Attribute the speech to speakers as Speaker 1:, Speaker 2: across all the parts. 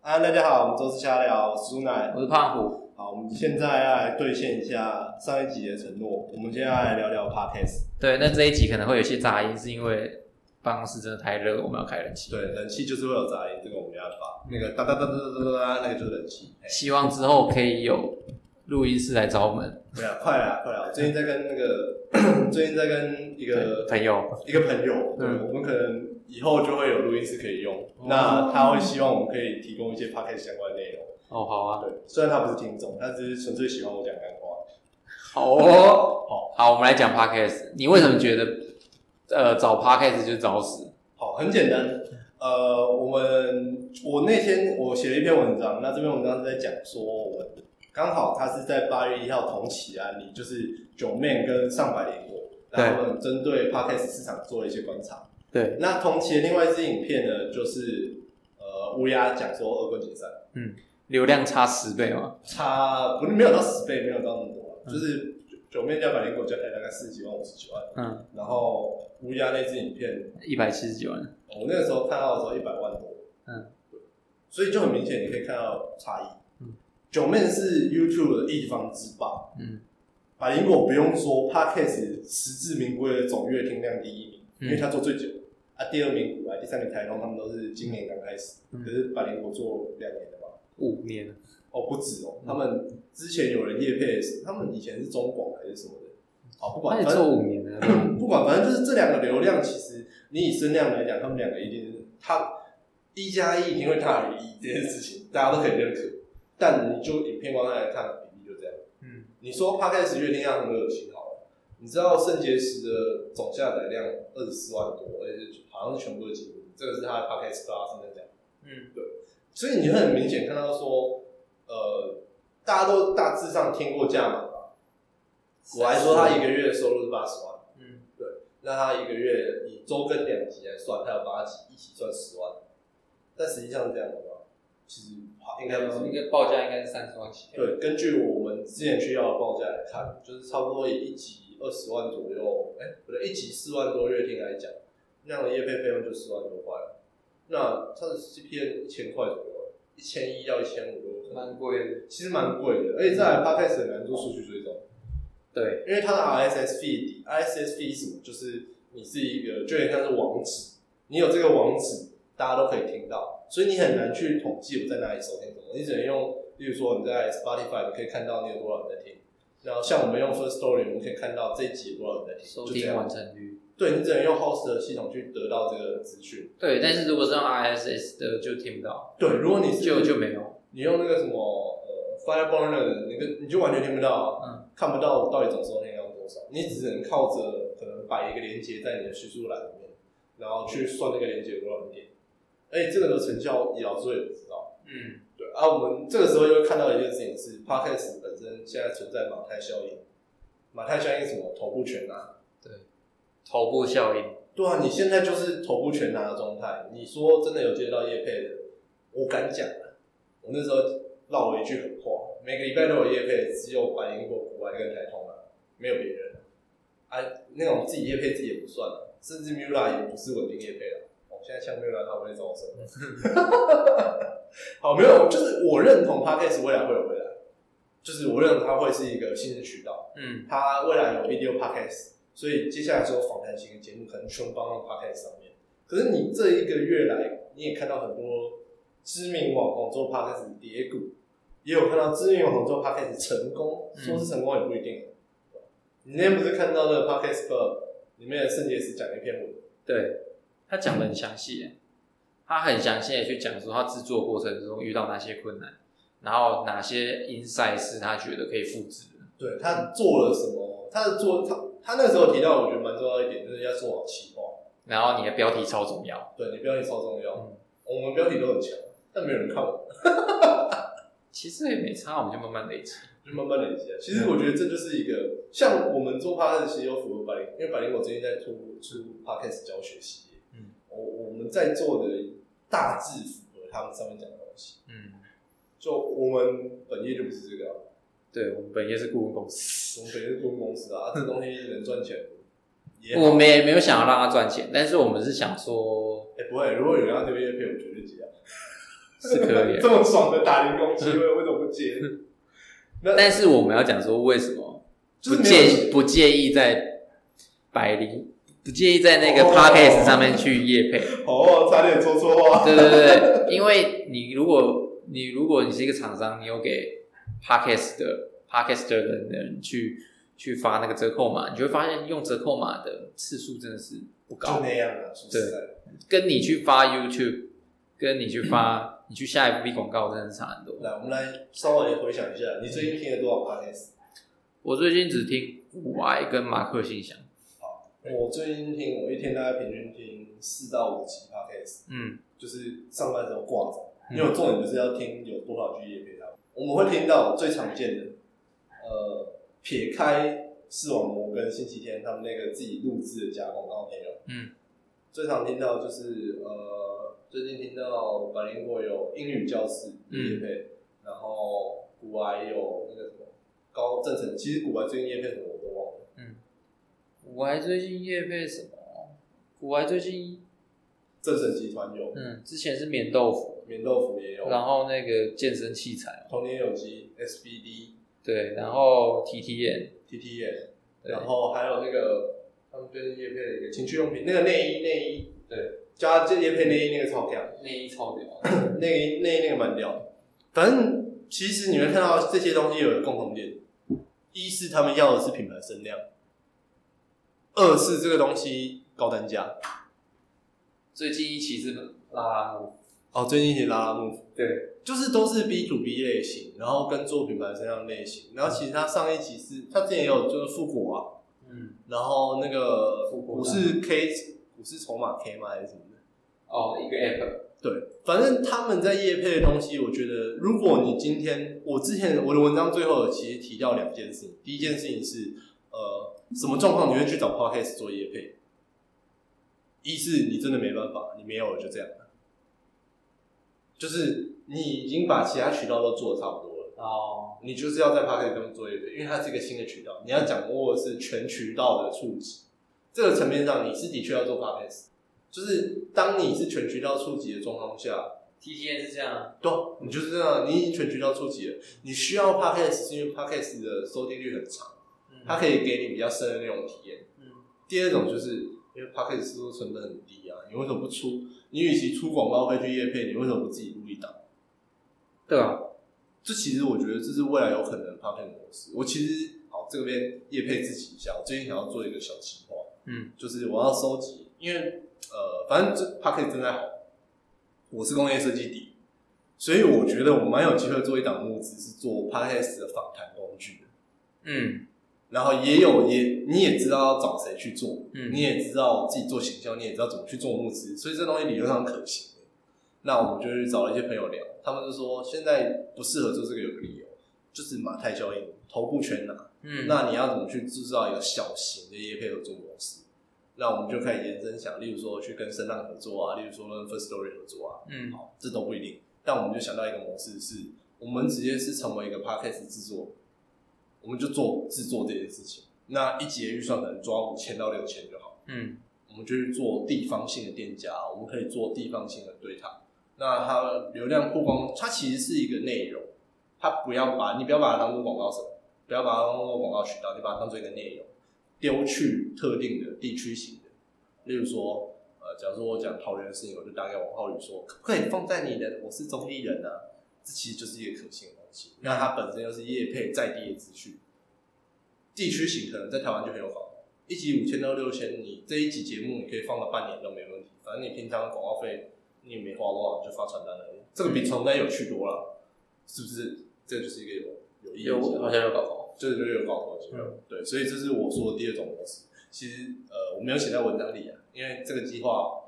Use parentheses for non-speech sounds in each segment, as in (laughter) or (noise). Speaker 1: 啊，大家好，我们周四瞎聊，我是苏奶。
Speaker 2: 我是胖虎，
Speaker 1: 好，我们现在要来兑现一下上一集的承诺，我们现在来聊聊 podcast。
Speaker 2: 对，那这一集可能会有一些杂音，是因为办公室真的太热，我们要开冷气。
Speaker 1: 对，冷气就是会有杂音，这个我没办法。那个哒哒哒哒哒哒哒，那个就是冷 (laughs) 气。哎
Speaker 2: 希望之后可以有录音室来找我们
Speaker 1: 对啊，快啦，快啦！我最近在跟那个， (clears throat) 最近在跟一个
Speaker 2: 朋友，
Speaker 1: 一个朋友，对，
Speaker 2: 嗯
Speaker 1: 我们可能以后就会有录音室可以用。那他会希望我们可以提供一些 podcast 相关内容。
Speaker 2: 哦，好啊，
Speaker 1: 对，虽然他不是听众，他只是纯粹喜欢我讲干话。
Speaker 2: 好哦，好，我们来讲 podcast。你为什么觉得呃找 podcast 就是找死？
Speaker 1: 好，很简单。呃，我们我那天我写了一篇文章，那这篇文章是在讲说，我们刚好它是在八月一号同期案例，就是九妹跟上百联国，然后我们针对 podcast 市场做了一些观察。
Speaker 2: 对，
Speaker 1: 那同期的另外一支影片呢，就是呃乌鸦讲说恶棍解散，
Speaker 2: 流量差十倍嘛？
Speaker 1: 差不是没有到十倍，没有到那么多，啊就是九妹加百灵果加起来大概四十几万、五十几万，
Speaker 2: 嗯，
Speaker 1: 然后乌鸦那支影片
Speaker 2: 一百七十几万。
Speaker 1: 我哦那个时候看到的时候一百万多，
Speaker 2: 嗯，
Speaker 1: 所以就很明显，你可以看到差异。
Speaker 2: 嗯，
Speaker 1: 九妹是 YouTube 的一方之霸，
Speaker 2: 嗯
Speaker 1: 百灵果不用说，Podcast 实至名归的总月听量第一名，因为
Speaker 2: 嗯
Speaker 1: 他做最久。啊，第二名古来，第三名台中，他们都是今年刚开始，
Speaker 2: 嗯
Speaker 1: 可是百灵果做两年了吧？
Speaker 2: 五年，
Speaker 1: 哦，不止
Speaker 2: 嗯
Speaker 1: 哦，他们之前有人业配，他们以前是中广还是什么的，好不管，
Speaker 2: 他
Speaker 1: 反
Speaker 2: 也
Speaker 1: 正
Speaker 2: 做五年了，对吧
Speaker 1: 不管，反正就是这两个流量，其实你以声量来讲，他们两个一定是他一加一一定会大于一这件事情，大家都可以认可。但你就影片观看来看，比例就这样。
Speaker 2: 嗯，
Speaker 1: 你说 Podcast 月听量很恶心好了，你知道肾结石的总下载量二十四万多，而且是好像是全部的节目，这个是他的 Podcast Plus 在讲。
Speaker 2: 嗯，
Speaker 1: 对，所以你会很明显看到说，呃，大家都大致上听过价码吧。我还说他一个月的收入是八十万。
Speaker 2: 嗯，
Speaker 1: 那他一个月以周更两集来算，还有八集一起算十万，但实际上是这样的吧？其实应该不是。
Speaker 2: 该报价应该是三十万起。
Speaker 1: 对，根据我们之前去要的报价来看，就是差不多以一集二十万左右，哎、不对，一集四万多月听来讲，那样的业配费用就四万多块了。那它的 CPN 一千块左右，一千一到一千五都有可能，
Speaker 2: 贵的。
Speaker 1: 其实蛮贵的。而且再来 Podcast 很难做数据追踪。
Speaker 2: 对，
Speaker 1: 因为它的 RSS feed，RSS feed 是什么？就是你是一个，就有点像是网址，你有这个网址，大家都可以听到，所以你很难去统计我在哪里收听什么，你只能用，例如说你在 Spotify，你可以看到你有多少人在听，然后像我们用 First Story，我们可以看到这一集有多少人在听，
Speaker 2: 收
Speaker 1: 就这
Speaker 2: 听
Speaker 1: 样。
Speaker 2: 完成率。
Speaker 1: 对，你只能用 host 的系统去得到这个资讯。
Speaker 2: 对，但是如果是用 RSS 的就听不到，
Speaker 1: 对，如果你是
Speaker 2: 就就没有。
Speaker 1: 你用那个什么呃 Fireburner，你个你就完全听不到，啊
Speaker 2: 嗯，
Speaker 1: 看不到我到底总收听量多少，你只能靠着可能摆一个连接在你的叙述栏里面，然后去算那个连接有多少点。哎、这个的成效，以老师也不知道。
Speaker 2: 嗯，
Speaker 1: 对啊，我们这个时候就会看到一件事情是，podcast 本身现在存在马太效应。马太效应是什么？头部啊全拿。
Speaker 2: 头部效应。
Speaker 1: 对啊，你现在就是头部全拿的状态。你说真的有接到业配的，我敢讲啊！我那时候唠了一句狠话，每个礼拜都有业配，只有百灵果、古玩跟台通啊，没有别人啊。啊，那种自己业配自己也不算了、甚至 Mula 也不是稳定业配了、我、现在像 Mula 他会找我生的。 (laughs) 好，没有，就是我认同 Podcast 未来会有未来，就是我认同它会是一个新的渠道。
Speaker 2: 嗯，
Speaker 1: 他未来有 video podcast，所以接下来说访谈型的节目可能全放到 podcast 上面。可是你这一个月来，你也看到很多知名网红做 podcast 跌谷，也有看到知名网红做 podcast 成功，
Speaker 2: 嗯
Speaker 1: 说是成功也不一定。你那天不是看到那个 podcast club 里面的圣洁石讲了一篇文，
Speaker 2: 对，他讲的很详细耶，他很详细的去讲说他制作过程中遇到哪些困难，然后哪些 insight 是他觉得可以复制的。
Speaker 1: 对他做了什么？他的做他他那个时候提到，我觉得蛮重要一点，就是要做好企划。
Speaker 2: 然后你的标题超重要，
Speaker 1: 对你标题超重要，
Speaker 2: 嗯
Speaker 1: 我们标题都很强，但没有人看我们。
Speaker 2: 其实也没差，我们就慢慢累积。
Speaker 1: 就慢慢累积啊。其
Speaker 2: 嗯
Speaker 1: 实我觉得这就是一个像我们做 podcast 其实有符合百灵，因为百灵我最近在出出 podcast 教学系列，
Speaker 2: 嗯，
Speaker 1: 我我们在做的大致符合他们上面讲的东西。
Speaker 2: 嗯，
Speaker 1: 就我们本业就不是这个、啊，
Speaker 2: 对，我们本业是顾问公司，
Speaker 1: 我们本业是顾问公司
Speaker 2: (laughs)
Speaker 1: 啊，啊这东西能赚钱也好。
Speaker 2: 我们也没有想要让他赚钱，但是我们是想说，
Speaker 1: 欸哎、不会，如果有人要这个业配，我绝对接啊。
Speaker 2: 是可以
Speaker 1: (laughs) 这。么爽的打零工机会，为什么不
Speaker 2: (laughs)
Speaker 1: 接？那
Speaker 2: 但是我们要讲说为什么
Speaker 1: 就是
Speaker 2: 不
Speaker 1: 没有
Speaker 2: 介不介意在百灵不介意在那个
Speaker 1: 哦
Speaker 2: podcast 上面去夜配？
Speaker 1: 哦，差点说错话。
Speaker 2: 对对对，对因为你如果你如果你是一个厂商，你有给 podcast 的 podcaster 的人去去发那个折扣码，你就会发现用折扣码的次数真的是不
Speaker 1: 就
Speaker 2: 高
Speaker 1: 那，样啊，说实在，
Speaker 2: 跟你去发 YouTube，跟你去发你去下 FB 广告真的是差很多。
Speaker 1: 来，我们来稍微回想一下，你最近听了多少 podcast？
Speaker 2: 我最近只听古癌跟马克信箱，
Speaker 1: 我最近听，我一天大概平均听四到五集 podcast，
Speaker 2: 嗯，
Speaker 1: 就是上班的时候挂着，
Speaker 2: 嗯
Speaker 1: 因为我重点就是要听有多少句业配到。我们会听到最常见的，呃，撇开视网膜跟星期天他们那个自己录制的假广告内容，
Speaker 2: 嗯，
Speaker 1: 最常听到就是呃，最近听到百灵果有英语教室业配，
Speaker 2: 嗯
Speaker 1: 然后古玩有那个什么高正成，其实古玩最近业配什么我都忘了，
Speaker 2: 古癌最近夜配什么？古癌最近
Speaker 1: 正成集团有，
Speaker 2: 嗯，之前是棉豆腐，
Speaker 1: 棉豆腐也有，
Speaker 2: 然后那个健身器材，
Speaker 1: 童年有机 SBD
Speaker 2: 对，然后 T T 眼，
Speaker 1: TTN，
Speaker 2: 对
Speaker 1: 然后还有那个他们最近业配的一个情趣用品，那个内衣内衣，
Speaker 2: 对，
Speaker 1: 加这业配内衣那个超屌，
Speaker 2: 内衣超 (coughs) 屌，
Speaker 1: 那个内衣那个蛮屌的，反正其实你会看到这些东西有一个共同点，一是他们要的是品牌声量，二是这个东西高单价。
Speaker 2: 最近一期是拉拉木，
Speaker 1: 哦，最近一起拉拉木
Speaker 2: 对，
Speaker 1: 就是都是 B to B 类型，然后跟做品牌声量类型，然后其实他上一期是他之前也有就是复古啊，
Speaker 2: 嗯，
Speaker 1: 然后那个
Speaker 2: 复
Speaker 1: 股
Speaker 2: 古的
Speaker 1: 市 K 股市筹码 K 吗还是什么的？
Speaker 2: 哦，一个 app，
Speaker 1: 对，反正他们在业配的东西，我觉得如果你今天我之前我的文章最后有其实提到两件事情，第一件事情是呃什么状况你会去找 podcast 做业配？一是你真的没办法，你没有了就这样了，就是你已经把其他渠道都做的差不多了。
Speaker 2: 哦，
Speaker 1: 你就是要在 p o c k e t 中做一个，因为它是一个新的渠道，你要掌握的是全渠道的触及。这个层面上，你是的确要做 p o c k e t 就是当你是全渠道触及的状况下，
Speaker 2: T T 眼是这样，
Speaker 1: 对啊，你就是这样，你已经全渠道触及了。你需要 p o c k e t 是因为 p o c k e t 的收听率很长，它可以给你比较深的内容体验。
Speaker 2: 嗯，
Speaker 1: 第二种就是因为 p o c k e t 制作成本很低啊，你为什么不出？你与其出广告费去业配，你为什么不自己录一档？
Speaker 2: 对啊，
Speaker 1: 这其实我觉得这是未来有可能的 p o c a s t 模式。我其实好这边也配自己一下，我最近想要做一个小计划，
Speaker 2: 嗯，
Speaker 1: 就是我要收集，因为呃，反正这 p o c a s t 正在好，我是工业设计底，所以我觉得我蛮有机会做一档募资，是做 p o c a s t 的访谈工具的。
Speaker 2: 嗯
Speaker 1: 然后也有也你也知道要找谁去做，
Speaker 2: 嗯
Speaker 1: 你也知道自己做行销，你也知道怎么去做募资，所以这东西理论上可行的。那我们就去找了一些朋友聊，他们就说现在不适合做这个有个理由，就是马太效应，头部全拿。
Speaker 2: 嗯，
Speaker 1: 那你要怎么去制造一个小型的业配合作模式？那我们就可以延伸想，例如说去跟声浪合作啊，例如说跟 First Story 合作啊，
Speaker 2: 嗯
Speaker 1: 好，这都不一定。但我们就想到一个模式是，我们直接是成为一个 podcast 制作，我们就做制作这件事情。那一集的预算可能抓五千到六千就好，
Speaker 2: 嗯
Speaker 1: 我们就去做地方性的店家，我们可以做地方性的对谈。那它流量曝光，它其实是一个内容，它不要把你不要把它当做广告什么，不要把它当做广告渠道，你把它当做一个内容，丢去特定的地区型的，例如说，呃，假如说我讲桃园的事情，我就打给王浩宇说，可不可以放在你的我是中立人啊？这其实就是一个可行的东西。那它本身又是业配在地的资讯，地区型可能在台湾就很有搞头。一集五千到六千，你这一集节目你可以放到半年都没问题，反正你平常广告费你也没花多少，就发传单而已。这
Speaker 2: 嗯
Speaker 1: 个比传单有趣多了，是不是？这就是一个有有意义的
Speaker 2: 有
Speaker 1: 计划
Speaker 2: 好像有搞头，嗯
Speaker 1: 这就有搞头机会。对，所以这是我说的第二种模式。其实呃，我没有写在文章里啊，因为这个计划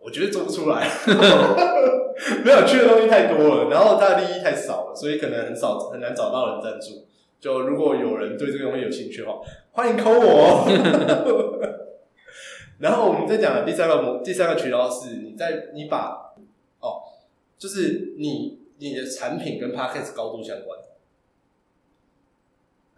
Speaker 1: 我觉得做不出来， (laughs) 没有趣的东西太多了，然后它的利益太少了，所以可能很少很难找到人赞助。就如果有人对这个东西有兴趣的话，欢迎扣我哦。 (laughs) 然后我们再讲的第三个模，第三个渠道是你在你把哦，就是你你的产品跟 p a c k a g e 高度相关。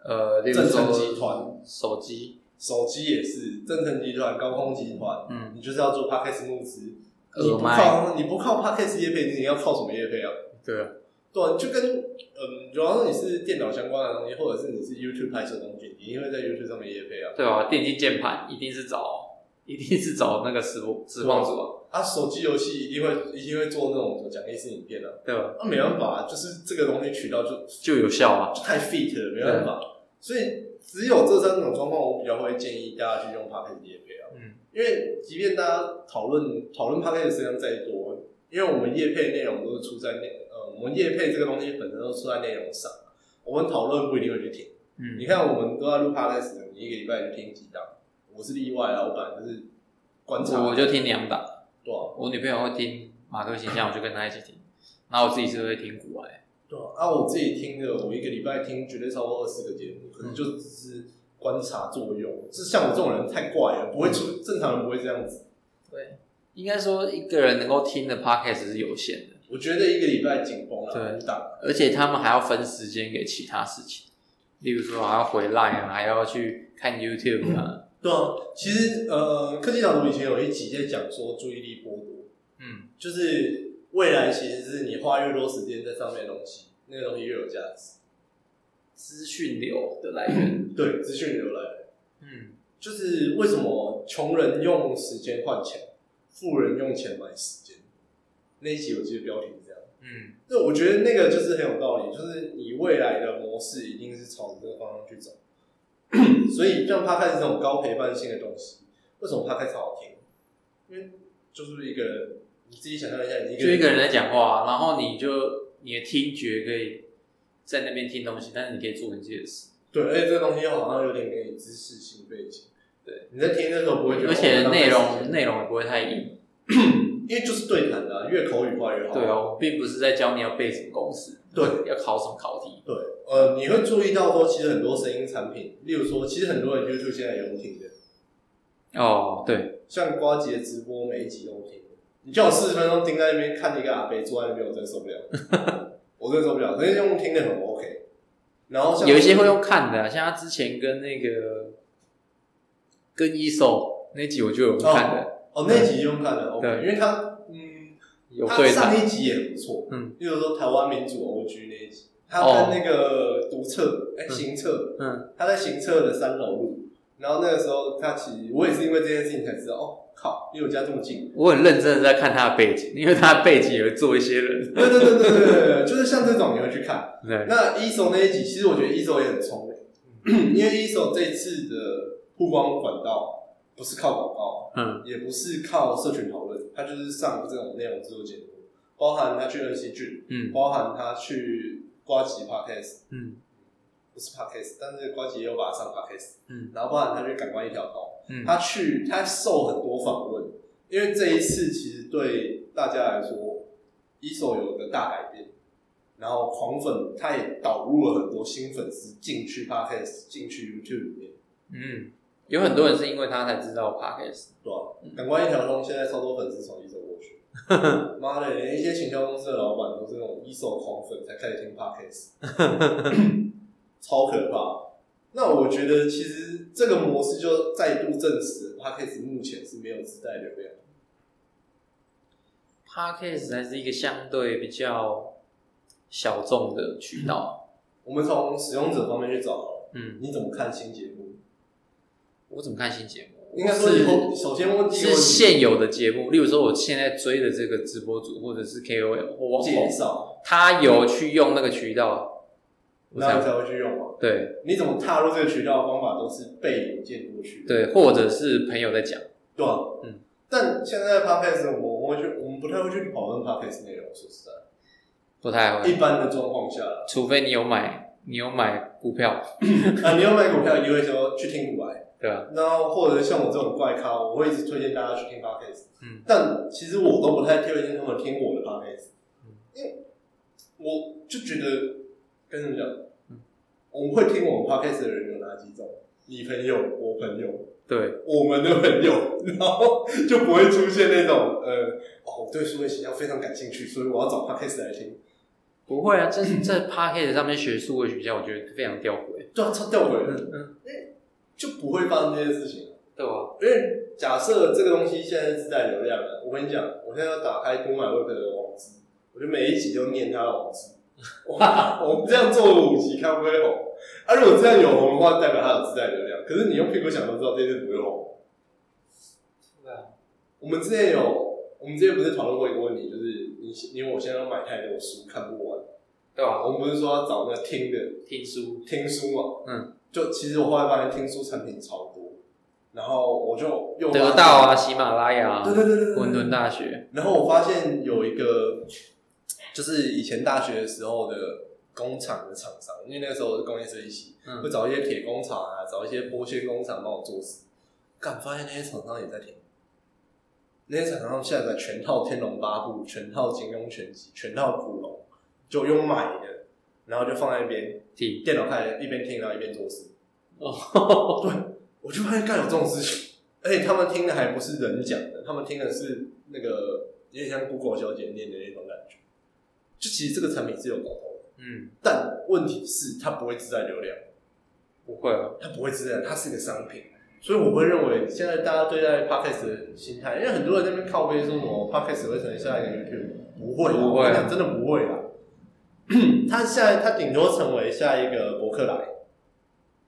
Speaker 2: 呃，例如
Speaker 1: 正成
Speaker 2: 说
Speaker 1: 集团
Speaker 2: 手机，
Speaker 1: 手机也是，正成集团、高空集团，
Speaker 2: 嗯
Speaker 1: 你就是要做 podcast 募资，你
Speaker 2: 耳
Speaker 1: 不
Speaker 2: 麦，
Speaker 1: 靠你不靠 Podcast 业配，你要靠什么业配啊？
Speaker 2: 对啊，
Speaker 1: 对啊，就跟嗯，主要是你是电脑相关的东西，或者是你是 YouTube 拍摄的东西，你一定会在 YouTube 上面业配啊。
Speaker 2: 对啊，电竞键盘一定是找， (laughs) 一定是找那个实播实况组啊，
Speaker 1: 啊，手机游戏一定会一定会做那种什么奖励式影片啊。
Speaker 2: 对吧？
Speaker 1: 那、没办法，啊就是这个东西渠道就
Speaker 2: 就有效啊，
Speaker 1: 就太 fit 了，没办法。所以只有这三种状况，我比较会建议大家去用 Podcast 业配啊。
Speaker 2: 嗯，
Speaker 1: 因为即便大家讨论讨论 Podcast 的声量再多，因为我们业配内容都是出在内，呃，我们业配这个东西本身都出在内容上，我们讨论不一定会去听。
Speaker 2: 嗯
Speaker 1: 你，看，我们都在录 podcast，你一个礼拜就听几档，我是例外啊，我本来就是观察，
Speaker 2: 我我就听两档，
Speaker 1: 对啊，
Speaker 2: 我女朋友会听马克形象，我就跟她一起听，然后我自己是会听古玩，
Speaker 1: 对啊，啊，我自己听的，我一个礼拜听绝对超过二十个节目，可能就只是观察作用，是像我这种人太怪了，不会出正常人不会这样子。
Speaker 2: 应该说一个人能够听的 podcast 是有限的，
Speaker 1: 我觉得一个礼拜紧绷啊了
Speaker 2: 对
Speaker 1: 五档，
Speaker 2: 而且他们还要分时间给其他事情，例如说还要回 Line 啊，还要去看 YouTube 啊，
Speaker 1: 对啊，其实呃，科技导读以前有一集在讲说注意力剥夺，
Speaker 2: 嗯，
Speaker 1: 就是未来其实是你花越多时间在上面的东西，那个东西越有价值，
Speaker 2: 资讯流的来源，
Speaker 1: 对，资讯流来源。
Speaker 2: 嗯，
Speaker 1: 就是为什么穷人用时间换钱，富人用钱买时间？那一集我记得标题是这样。
Speaker 2: 嗯，
Speaker 1: 对，我觉得那个就是很有道理，就是你未来的模式一定是朝着这个方向
Speaker 2: (coughs)
Speaker 1: 去走。所以像 p 开始这种高陪伴性的东西，为什么 p 开始好听？因为就是一个人，你自己想象一下，你一个
Speaker 2: 就一个人在讲话，然后你就你的听觉可以在那边听东西，但是你可以做你自己的事，
Speaker 1: 对，而且这个东西又好像有点给你知识性背景。
Speaker 2: 对，
Speaker 1: 你在听的时候不会觉得，
Speaker 2: 而且
Speaker 1: 哦
Speaker 2: 内容内容也不会太硬，
Speaker 1: (coughs) 因为就是对谈的、啊，越口语化越好。
Speaker 2: 对哦，并不是在教你要背什么公式，
Speaker 1: 对，
Speaker 2: 要考什么考题，
Speaker 1: 对，呃，你会注意到说，其实很多声音产品，例如说，其实很多人 YouTube 现在也用听的，
Speaker 2: 哦，对，
Speaker 1: 像瓜姐直播每一集都听的。你叫我四十分钟盯在那边看一个阿伯坐在那边，我真的受
Speaker 2: (laughs)
Speaker 1: 不了，我真的受不了。可是用听的很 OK，然后像
Speaker 2: 有一些会用看的啊、像他之前跟那个跟一手那集我就有看的，
Speaker 1: 哦那集用看的 OK，
Speaker 2: 对
Speaker 1: 因为他嗯，
Speaker 2: 有
Speaker 1: 他
Speaker 2: 对
Speaker 1: 上
Speaker 2: 谈，
Speaker 1: 一集也不错，
Speaker 2: 嗯，
Speaker 1: 例如说台湾民主 OG 那一集，他
Speaker 2: 哦
Speaker 1: 跟那个读册哎
Speaker 2: 嗯
Speaker 1: 行册，
Speaker 2: 嗯，
Speaker 1: 他在行车的三楼路，然后那个时候他其实我也是因为这件事情才知道，哦靠，离我家这么近。
Speaker 2: 我很认真的在看他的背景，因为他的背景有做一些人，
Speaker 1: 对对对对对对对，就是像这种你会去看。
Speaker 2: 对，
Speaker 1: 那一手那一集，其实我觉得一手也很聪明，因为一手这一次的曝光管道不是靠广告，
Speaker 2: 嗯
Speaker 1: 也不是靠社群讨论，他就是上这种内容制作节目，包含他去恩熙剧，
Speaker 2: 嗯
Speaker 1: 包含他去瓜吉 podcast，
Speaker 2: 嗯
Speaker 1: 不是 podcast，但是瓜吉也有把它上 podcast，
Speaker 2: 嗯
Speaker 1: 然后包含他去感官一条通。
Speaker 2: 嗯，
Speaker 1: 他去他受很多访问，因为这一次其实对大家来说，一手有一个大改变，然后狂粉他也导入了很多新粉丝进去 Podcast 进去 YouTube 里面，
Speaker 2: 嗯，有很多人是因为他才知道 podcast，
Speaker 1: 对吧、感官一条通现在超多粉丝从一手过去，妈的，连一些行销公司的老板都是那种一手狂粉才开始听 Podcast，超可怕。那我觉得其实这个模式就再度证实了，Podcast 目前是没有自带流量的。
Speaker 2: podcast 还是一个相对比较小众的渠道。
Speaker 1: 我们从使用者方面去找好了，
Speaker 2: 嗯，
Speaker 1: 你怎么看新节目？
Speaker 2: 我怎么看新节目？
Speaker 1: 应该说以后首先问第一个
Speaker 2: 是
Speaker 1: 问题
Speaker 2: 现有的节目，例如说我现在追的这个直播主或者是 KOL，我
Speaker 1: 介绍，
Speaker 2: 他有去用那个渠道，我
Speaker 1: 然后
Speaker 2: 才
Speaker 1: 你才会去用嘛。
Speaker 2: 对
Speaker 1: 你怎么踏入这个渠道的方法都是被引荐过去的，
Speaker 2: 对，或者是朋友在讲，
Speaker 1: 对吧？
Speaker 2: 嗯。
Speaker 1: 但现在的 podcast 我们我们会去，我们不太会去讨论 podcast 内容，说实在，
Speaker 2: 不太
Speaker 1: 一
Speaker 2: 会，
Speaker 1: 般的状况下啦，
Speaker 2: 除非你有买你有买股票，
Speaker 1: 啊，你要买股票，你会说去听股癌，
Speaker 2: 对吧？
Speaker 1: 然后或者像我这种怪咖，我会一直推荐大家去听 podcast。
Speaker 2: 嗯，
Speaker 1: 但其实我都不太推荐他们听我的 podcast，
Speaker 2: 嗯
Speaker 1: 因为我就觉得跟你们讲
Speaker 2: 嗯，
Speaker 1: 我们会听我们 podcast 的人有哪几种？你朋友、我朋友、
Speaker 2: 对，
Speaker 1: 我们的朋友， (laughs) 然后就不会出现那种呃，哦，我对数位形象非常感兴趣，所以我要找 podcast 来听。
Speaker 2: 不会啊，这是在 Podcast 上面学数位学校，我觉得非常吊诡。
Speaker 1: 对啊，超吊诡的，
Speaker 2: 嗯嗯，
Speaker 1: 就不会发生这件事情啊。
Speaker 2: 对啊，
Speaker 1: 因为假设这个东西现在是自带流量的，我跟你讲，我现在要打开多买 Web 的网址，我就每一集都念它的网址。哇， (laughs) 我们这样做了五集，看会不会红？啊，如果这样有红的话，代表它有自带流量。可是你用屁股想都知道这件事不会红。
Speaker 2: 对啊，
Speaker 1: 我们之前有，我们之前不是讨论过一个问题，就是你你我现在要买太多书看不完，
Speaker 2: 对啊，
Speaker 1: 我们不是说要找那个听的
Speaker 2: 听书，
Speaker 1: 听书嘛？
Speaker 2: 嗯，
Speaker 1: 就其实我后来发现听书产品超多，然后我就又
Speaker 2: 得
Speaker 1: 发
Speaker 2: 到啊，喜马拉雅啊
Speaker 1: 对，对对对对，
Speaker 2: 昆仑大学，
Speaker 1: 然后我发现有一个，就是以前大学的时候的工厂的厂商，因为那个时候是工业设计系，
Speaker 2: 嗯
Speaker 1: 会找一些铁工厂啊，找一些剥削工厂帮我做事。干，发现那些厂商也在听，那些厂商下载全套《天龙八部》、全套《金庸全集》、全套《古龙》，就用买的，然后就放在那边，
Speaker 2: 听，
Speaker 1: 电脑开着一边听，然后一边做事。
Speaker 2: 哦，
Speaker 1: 对， (laughs) 我就发现干有这种事情，而且他们听的还不是人讲的，他们听的是那个有点像 Google 小姐念的那种感觉。就其实这个产品是有搞头的，
Speaker 2: 嗯，
Speaker 1: 但问题是它不会自带流量，
Speaker 2: 不会啊，
Speaker 1: 它不会自带，它是一个商品。所以我会认为，现在大家对待 podcast 的心态，因为很多人在那边靠背说什么 podcast 会成为下一个 YouTube，不会啦，
Speaker 2: 不会
Speaker 1: 我
Speaker 2: 啊
Speaker 1: 跟你讲真的不会啊啦。它现在它顶多成为下一个博客来，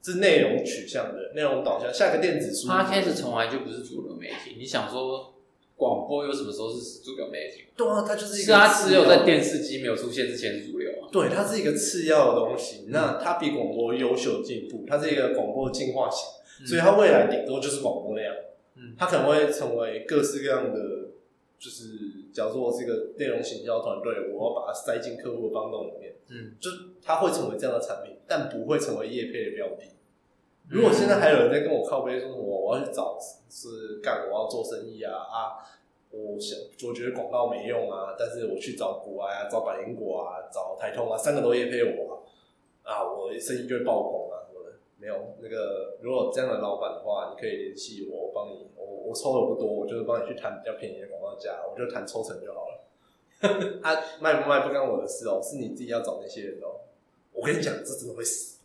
Speaker 1: 是内容取向的、内容导向，下一个电子书。
Speaker 2: 他开始从来就不是主流媒体，你想说广播有什么时候是主流媒体？
Speaker 1: 对啊，它就是一
Speaker 2: 是
Speaker 1: 个
Speaker 2: 啊，
Speaker 1: 次
Speaker 2: 只有
Speaker 1: 要
Speaker 2: 在电视机没有出现之前是主流啊，
Speaker 1: 对，它是一个次要的东西。那它比广播优秀进步，它是一个广播进化型，所以它未来顶多就是广播那样。
Speaker 2: 嗯，
Speaker 1: 它可能会成为各式各样的，就是假如说我是一个内容行销团队，我要把它塞进客户的帮动里面，
Speaker 2: 嗯，
Speaker 1: 就是它会成为这样的产品，但不会成为业配的标的。如果现在还有人在跟我靠背说什么我要去找是干我要做生意啊啊，我想我觉得广告没用啊，但是我去找国外啊，找百灵果啊，找台通啊，三个都业配我啊，啊我生意就会爆棚啊什么的。没有那个，如果有这样的老板的话，你可以联系我，我帮你，我我抽的不多，我就是帮你去谈比较便宜的广告价，我就谈抽成就好了。他、啊卖不卖不干我的事哦，是你自己要找那些人哦。我跟你讲，这真的会死，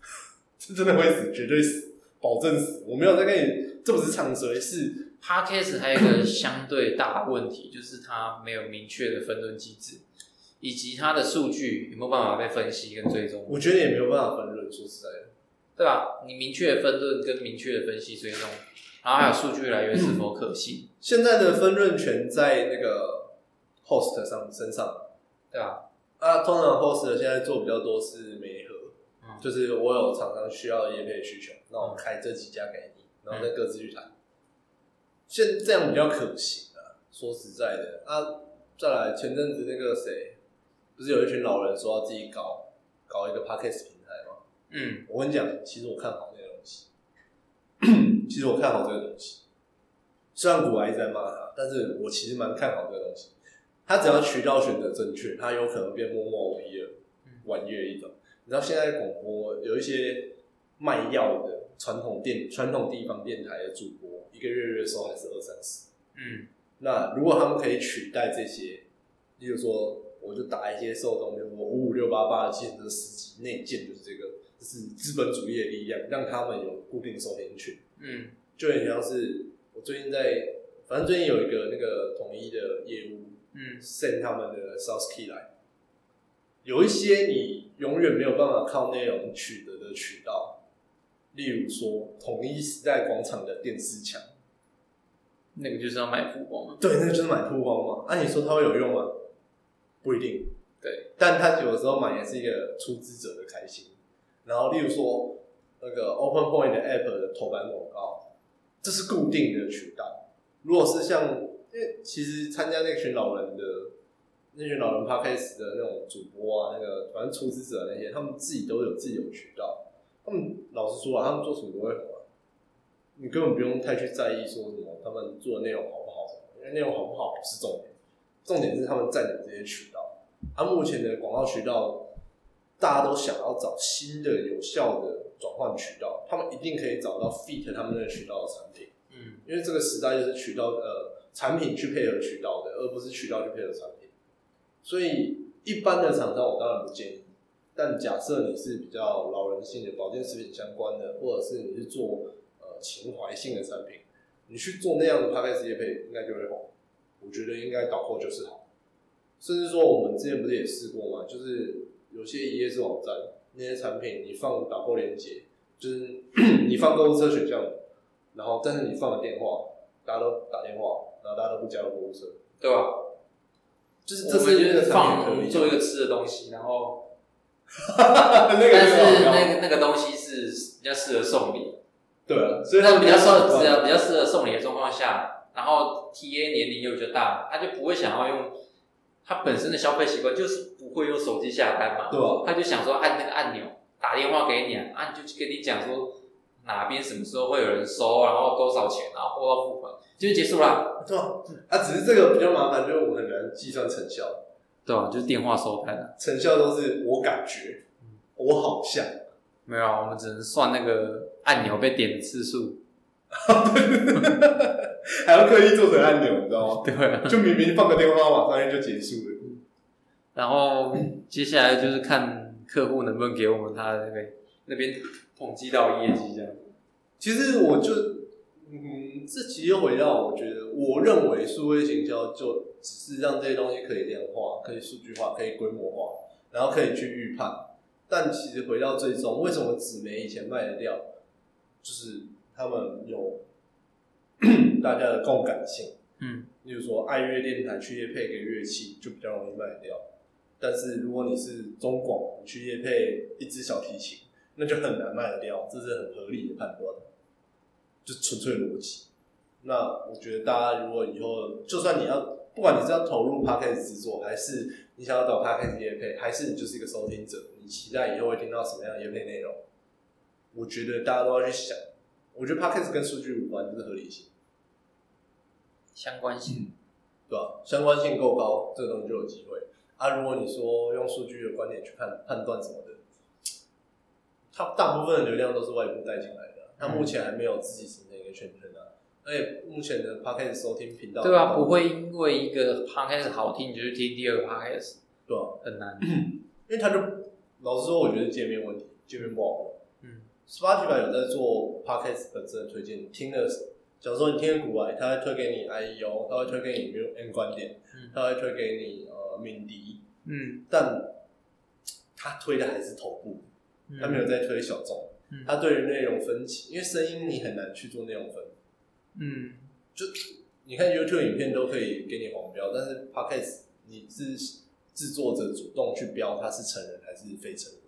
Speaker 1: 这真的会死，绝对死，保证死。我没有在跟你，这不是唱衰，是
Speaker 2: Podcast 还有一个相对大的问题，就是它没有明确的分论机制，以及它的数据有没有办法被分析跟追踪，
Speaker 1: 我觉得也没有办法分论。说实在的，
Speaker 2: 对吧？你明确的分论跟明确的分析追踪，然后还有数据来源是否可信，
Speaker 1: 现在的分润权在那个 host 上身上
Speaker 2: 对吧？
Speaker 1: 啊，通常 host 现在做比较多是媒合，
Speaker 2: 嗯，
Speaker 1: 就是我有厂商需要的业配需求，那我开这几家给你，然后再各自去谈。现这样比较可行啊，说实在的啊，再来前阵子那个谁，不是有一群老人说要自己搞搞一个 podcast 平台吗？
Speaker 2: 嗯，
Speaker 1: 我跟你讲，其实我看好那个东西，其实我看好这个东西。虽然古玩一直在骂他，但是我其实蛮看好这个东西。他只要渠道选择正确，他有可能变默默 OP 的玩乐一种。你知道现在广播有一些卖药的传统电传统地方电台的主播，一个月月收还是二三十。
Speaker 2: 嗯，
Speaker 1: 那如果他们可以取代这些，例如说，我就打一些受众，比如说五五六八八的建设司机内建就是这个，这是资本主义的力量，让他们有固定收听群。
Speaker 2: 嗯，
Speaker 1: 就很像是我最近在，反正最近有一个那个统一的业务
Speaker 2: 嗯，
Speaker 1: send 他们的 South Key 来，有一些你永远没有办法靠内容取得的渠道，例如说统一时代广场的电视墙，
Speaker 2: 那个就是要卖曝光啊嘛，
Speaker 1: 对，那就是买曝光嘛。啊，你说它会有用吗？不一定。
Speaker 2: 对，
Speaker 1: 但他有时候买也是一个出资者的开心。然后，例如说那个 Open Point 的 App 的头版广告，这是固定的渠道。如果是像，因为其实参加那群老人的那群老人 Podcast 的那种主播啊，那个反正出资者那些，他们自己都有自己有渠道。他们老实说啊，他们做什么都会红啊。你根本不用太去在意说什么他们做的内容好不好什么，因为内容好不好不是重点，重点是他们占有这些渠道。它目前的广告渠道，大家都想要找新的有效的转换渠道，他们一定可以找到 fit 他们那个渠道的产品，
Speaker 2: 嗯，
Speaker 1: 因为这个时代就是渠道呃产品去配合渠道的，而不是渠道去配合产品。所以一般的厂商我当然不建议，但假设你是比较老人性的保健食品相关的，或者是你是做呃情怀性的产品，你去做那样的 podcast 业配，应该就会红。我觉得应该导购就是好，甚至说我们之前不是也试过嘛，就是有些一页式网站那些产品，你放导购链接，就是 (clears throat) 你放购物车选项，然后但是你放了电话，大家都打电话，然后大家都不加入购物车，
Speaker 2: 对吧？
Speaker 1: 就是这
Speaker 2: 我
Speaker 1: 是
Speaker 2: 们
Speaker 1: 一
Speaker 2: 就是
Speaker 1: 个
Speaker 2: 放
Speaker 1: 产品可以
Speaker 2: 做一个吃的东西，然后
Speaker 1: (laughs) 那个
Speaker 2: 但是
Speaker 1: 很好
Speaker 2: 那个那个东西是比较适合送礼，
Speaker 1: 对啊，所以
Speaker 2: 那比较适合
Speaker 1: 这样。
Speaker 2: 比较适合送礼的状况下，然后 TA 年龄又比较大，他就不会想要用他本身的消费习惯，就是不会用手机下单嘛，
Speaker 1: 对吧、
Speaker 2: 他就想说按那个按钮打电话给你啊，啊你就跟你讲说哪边什么时候会有人收，然后多少钱，然后货到付款，就结束啦。
Speaker 1: 对啊，啊，只是这个比较麻烦，就是我很难计算成效，
Speaker 2: 对啊，就是电话收单啊。
Speaker 1: 成效都是我感觉，我好像，
Speaker 2: 没有啊，我们只能算那个按钮被点的次数。
Speaker 1: (laughs)
Speaker 2: (laughs)
Speaker 1: 还要刻意做成按钮，你知道吗？
Speaker 2: 对啊、
Speaker 1: 就明明放个电话，马上就结束了。
Speaker 2: 然后接下来就是看客户能不能给我们他的那个那边统计到业绩这样。
Speaker 1: 其实我就，嗯，这其实又回到我觉得，我认为数位行销就只是让这些东西可以量化、可以数据化、可以规模化，然后可以去预判。但其实回到最终，为什么纸媒以前卖得掉，就是他们有 (clears throat) 大家的共感性。
Speaker 2: 嗯，
Speaker 1: 例如说爱乐电台去夜配给乐器就比较容易卖掉，但是如果你是中广，你去夜配一支小提琴，那就很难卖得掉，这是很合理的判断，就纯粹逻辑。那我觉得大家如果以后，就算你要，不管你是要投入 podcast 制作，还是你想要找 podcast 夜配，还是你就是一个收听者，你期待以后会听到什么样的夜配内容，我觉得大家都要去想。我觉得 podcast 跟数据无关，这是合理性。
Speaker 2: 相关性。
Speaker 1: 对吧、相关性够高，这个东西就有机会。啊，如果你说用数据的观点去判判断什么的，它大部分的流量都是外部带进来的啊，它目前还没有自己形成一个圈圈啊。而且目前的 podcast 收听频道，
Speaker 2: 对啊，不，会因为一个 podcast 好听，你就去听第二个 podcast，
Speaker 1: 对啊，
Speaker 2: 很难。
Speaker 1: 因为它就老实说，我觉得界面问题，界面不好用。
Speaker 2: 嗯
Speaker 1: Spotify 有在做 podcast 本身的推荐，你听的，假如说你听的古来，它会推给你 IEO，它会推给你 New N 观点
Speaker 2: 嗯，
Speaker 1: 它会推给你呃敏迪，
Speaker 2: 嗯，
Speaker 1: 但他推的还是头部，他没有在推小众。
Speaker 2: 嗯
Speaker 1: 他对于内容分级，因为声音你很难去做内容分。
Speaker 2: 嗯，
Speaker 1: 你看 YouTube 影片都可以给你黄标，但是 Podcast 你是制作者主动去标它是成人还是非成人。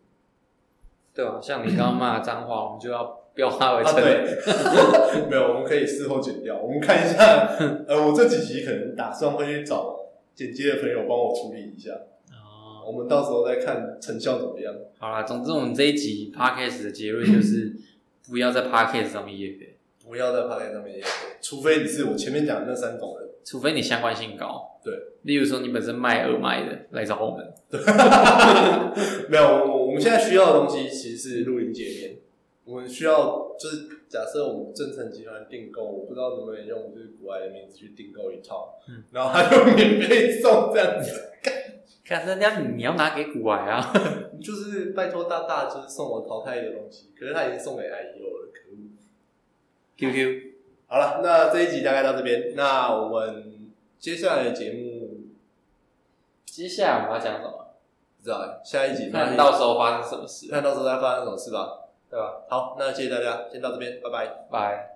Speaker 2: 对啊，像你刚刚骂的脏话，我们就要标它为
Speaker 1: 啊，
Speaker 2: 成人。
Speaker 1: 对，没 (laughs) 有，我们可以事后剪掉。我们看一
Speaker 2: (laughs)
Speaker 1: 下，呃，我这几集可能打算会去找剪接的朋友帮我处理一下，
Speaker 2: 哦
Speaker 1: 我们到时候再看成效怎么样。
Speaker 2: 好啦，总之我们这一集 podcast 的结论 (laughs) 就是不要在 podcast 上面夜配，
Speaker 1: 不要在 Podcast 上面也可以，除非你是我前面讲的那三种人。
Speaker 2: 除非你相关性高。
Speaker 1: 对，
Speaker 2: 例如说你本身卖耳麦的来找我们，
Speaker 1: (laughs) 没有，我我们现在需要的东西其实是录音界面。我们需要就是假设我们正成集团订购，我不知道能不能用就是国外的名字去订购一套，
Speaker 2: 嗯
Speaker 1: 然后他就免费送这样子，
Speaker 2: 看人家你要拿给古玩啊， (laughs)
Speaker 1: 就是拜托大大就是送我淘汰的东西，可是他已经送给 IEO 了，可恶。
Speaker 2: QQ
Speaker 1: 好了，那这一集大概到这边，那我们接下来的节目
Speaker 2: 接下来我们要讲什么？
Speaker 1: 不知道欸下一集
Speaker 2: 看
Speaker 1: 那
Speaker 2: 到时候发生什么事，
Speaker 1: 看到时候再发生什么事吧。
Speaker 2: 对吧？啊
Speaker 1: 好，那谢谢大家，先到这边，拜拜。
Speaker 2: 拜。